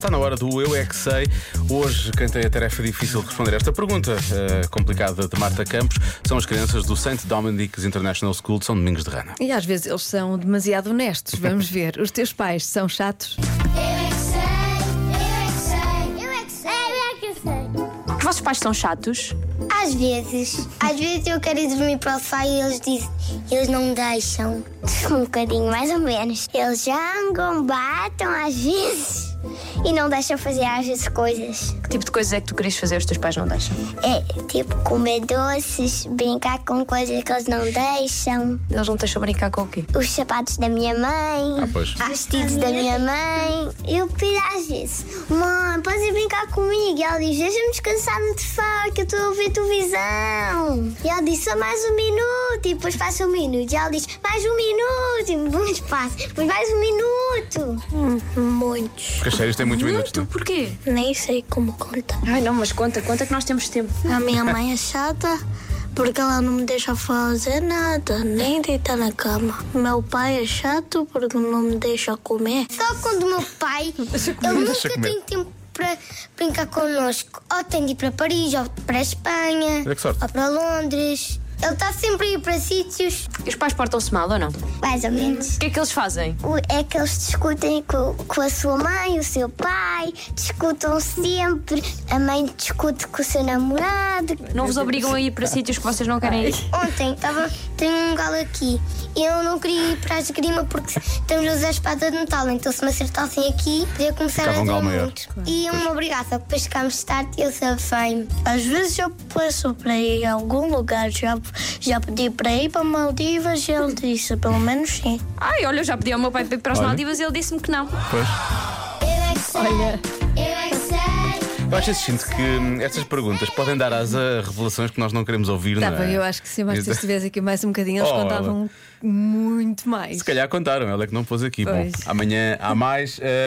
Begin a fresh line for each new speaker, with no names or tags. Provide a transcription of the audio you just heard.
Está na hora do Eu É Que Sei. Hoje, quem tem a tarefa difícil de responder esta pergunta eh, complicada de Marta Campos são as crianças do St. Dominic's International School de São Domingos de Rana.
E às vezes eles são demasiado honestos. Vamos ver. Os teus pais são chatos?
Eu é que sei, eu é que sei, eu é que sei, eu é que sei.
Os vossos pais são chatos?
Às vezes, às vezes eu quero ir dormir para o sofá e eles dizem, eles não me deixam. Um bocadinho, mais ou menos. Eles jangam, batam às vezes e não deixam fazer às vezes coisas.
Que tipo de coisas é que tu querias fazer e os teus pais não deixam?
É tipo comer doces, brincar com coisas que eles não deixam.
Eles não te deixam brincar com o quê?
Os sapatos da minha mãe,
Ah, pois.
os vestidos da minha mãe. Eu pido às vezes, mãe, podes ir brincar comigo? E ela diz, deixa-me descansar no sofá, que eu estou a ouvir televisão. E ela diz, só mais um minuto. E depois passa um minuto. E ela diz, mais um minuto. E depois passa, depois mais um minuto.
Hum, Muitos.
Porque as séries têm muitos minutos, não?
Hum,
é?
Porquê?
Nem sei como contar.
Ai não, mas conta, conta que nós temos tempo.
A minha mãe é chata porque ela não me deixa fazer nada, nem deitar na cama. Meu pai é chato porque não me deixa comer.
Só quando o meu pai, ele nunca tem tempo para brincar connosco. Ou tem de ir para Paris, ou para a Espanha,
Olha que sorte.
ou para Londres. Ele está sempre a ir para sítios.
E os pais portam-se mal ou não?
Mais ou menos.
O que é que eles fazem?
O- É que eles discutem com, com a sua mãe, o seu pai, discutam sempre. A mãe discute com o seu namorado.
Não vos obrigam a ir
Ah.
para sítios que vocês não querem ir?
Ontem estava, tenho um galo aqui e eu não queria ir para a esgrima porque estamos a usar a espada de Natal, então se me acertassem aqui, podia começar
Ficava
a
um
dar
galo maior.
muito. E eu me obrigava, depois chegámos tarde e eu safei-me.
Às vezes eu peço para ir a algum lugar, já, já pedi para ir para Maldivas e ele disse, pelo menos sim.
Ai, olha, eu já pedi ao meu pai para ir para as
Olha.
Maldivas e ele disse-me que não.
Pois.
Olha. é Eu é que sei.
Eu acho assim que hum, estas perguntas podem dar asa a revelações que nós não queremos ouvir,
Tá
não é?
bem, eu acho que se a Marta
Isso-
estivesse aqui mais um bocadinho, eles
Oh,
contavam muito mais.
Se calhar contaram, ela é que não pôs aqui. Bom,
Pois.
amanhã há mais. eh,